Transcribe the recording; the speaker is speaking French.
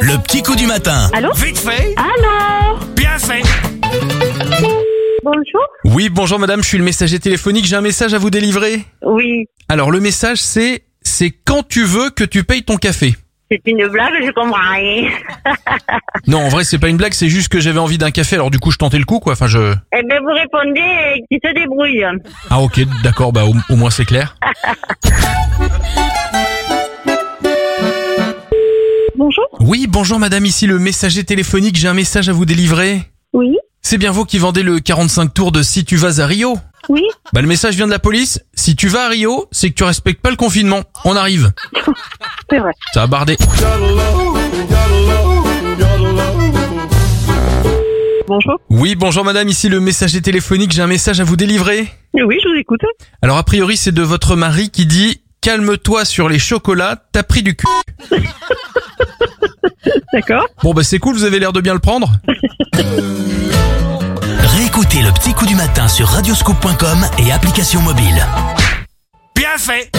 Le petit coup du matin. Allô Vite fait, Allô bien fait. Bonjour Oui, bonjour madame, je suis le messager téléphonique, j'ai un message à vous délivrer. Oui, Alors le message c'est c'est quand tu veux que tu payes ton café. c'est une blague, je comprends rien. Non, en vrai, c'est pas une blague, c'est juste que j'avais envie d'un café, alors du coup, je tentais le coup quoi. Enfin, je Eh bien, vous répondez et qui se débrouille. Ah OK, d'accord, bah au, au moins c'est clair. Bonjour Oui, bonjour madame, ici le messager téléphonique, j'ai un message à vous délivrer. Oui C'est bien vous qui vendez le 45 tours de si tu vas à Rio Oui Bah le message vient de la police, si tu vas à Rio, c'est que tu respectes pas le confinement. On arrive. C'est vrai. Ça a bardé. Bonjour Oui, bonjour madame, ici le messager téléphonique, j'ai un message à vous délivrer. Oui, je vous écoute. Alors a priori c'est de votre mari qui dit calme-toi sur les chocolats, t'as pris du cul. D'accord. Bon bah c'est cool, vous avez l'air de bien le prendre. Réécoutez le petit coup du matin sur radioscoop.com et application mobile. Bien fait